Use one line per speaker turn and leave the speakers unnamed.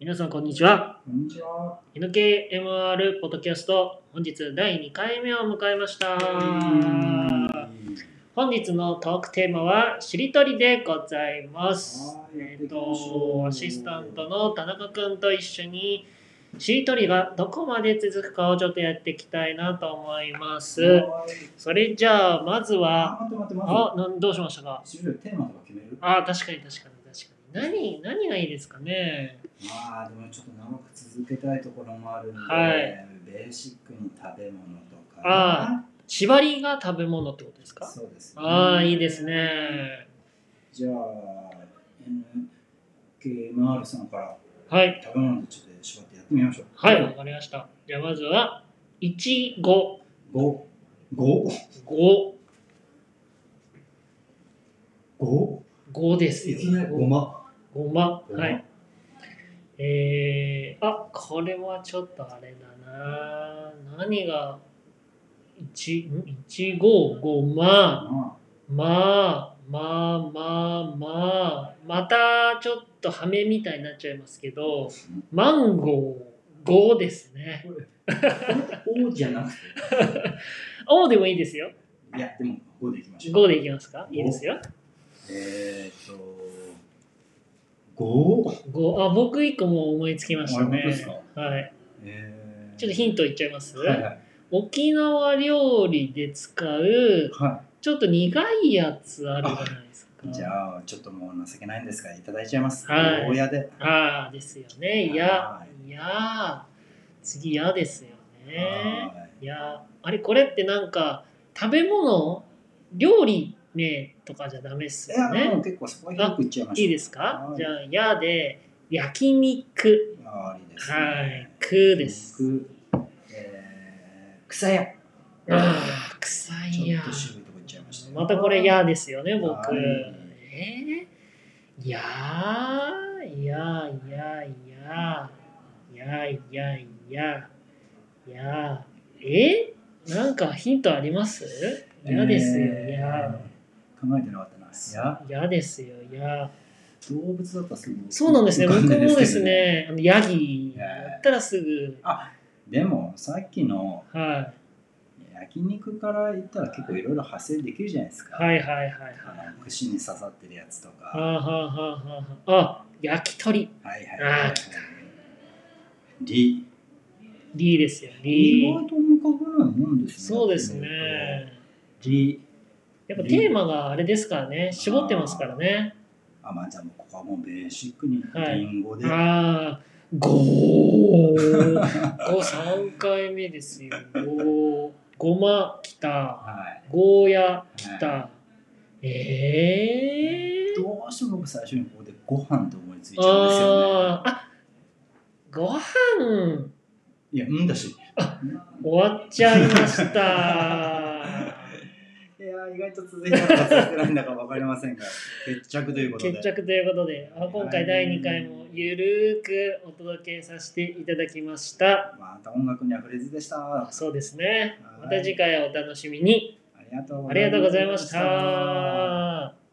皆さんこんにちは。
こんにちは。
NKMR ポッドキャスト、本日第2回目を迎えました。本日のトークテーマは、しりとりでございます。
はいやっ
え
て
っ、
いきましょ
と、
う
アシスタントの田中くんと一緒に、しりとりがどこまで続くかをちょっとやっていきたいなと思います。
はい
それじゃあ、まずは、
あ、待って待って
あ
待、
なんどうしましたか
って。終了テーマとか決める
あ、確かに確かに確かに。何、何がいいですかね。
まあ、でもちょっと長く続けたいところもあるんで、
はい
ベーシックに食べ物とか。
あ縛りが食べ物ってことですか
そうです、
ああ、いいです。ね。
じゃあ、NKMR さんから
はい。
食べ物でちょっと縛ってやってみましょう。
はい、わ。かりました。じゃあ、まずは、いちご、
五五
ご、
五
ごです
い
よ
きな。りごま。
ごま。
ごま
はい。えー、あ、これはちょっとあれだな。何が、いち、んいちご、ごま、
あ
まあ、まあ、まあ、まあ、またちょっとハメみたいになっちゃいますけど、マンゴー、ごですね。
五じゃなくて。
おでもいいですよ。
いや、でも五でいきましょう。
5でいきますかいいですよ。
えーっと、五
五あ、僕一個もう思いつきました
あ本
ね
当です。か
はい。
えー
ちょっとヒントいっちゃいます、
はいはい。
沖縄料理で使う、
は
ちょっと苦いやつあるじゃないですか。
い。じゃあ、ちょっともう情けないんですが、いただいちゃいます。
はい
ゴーヤで。
ああ、ですよね。いや
は、
いや、次やですよね。
はい
いや、あれ、これってなんか、食べ物料理名とかじゃダメっす
いや、
よ
も
ね
う。結構そこは広くいっちゃいましょう。
いいですか
はい
じゃあ、やで、焼肉。
あーいいですね。
はい、くです。
肉。えー、草屋。
ああ、臭い
ちょ
や
っ。と渋いとこいっちゃいましたよ。
またこれ
や
嫌ですよね、僕。
はい
えー、いやー、いやー、いやー、いやー、いやー、いやー、いやー、いやー、えなんかヒントあります嫌ですよ、いや
考えてなかったな。いや、
ー。嫌ですよ、いやー。
動物だったらすぐ
そうなんですね、
浮か
僕
ん
もです
けどね。
ね、あのヤギやったらすぐ、
でも、さっきの
はい、
焼肉から言ったら結構いろいろ派生できるじゃないですか。
はいはいはいはい。
あの串に刺さってるやつとか。
あーはーはーはーはーあ、焼き鳥。
はいはい
あ
は
ー
い。リ。
リーですよ、
意
リー
外。と思い浮かぶようなもんですね。
そうですね。
リ。
やっぱテーマがあれですからね、絞ってますからね。
あ、まあ、じゃあもうここはもうベーシックに
はい
リンゴで。
ああ、ご ー。ご三回目ですよ。ごー。ごまきた。
はい
ゴーヤき
は
た。え
い
えー。
どうしても僕最初にここでご飯と思いついちゃうんですよね。
あーあ、ご飯
いや、うんだし。
終わっちゃいました。
いやー、意外と続いたのか続いてないんだかわかりませんが、決着 ということで。
決着ということで、あ今回第2回もゆるーくお届けさせていただきました。
また音楽にあふれずでした。あ
そうですね
は。い
また次回お楽しみに。
りがとう
ありがとうございました。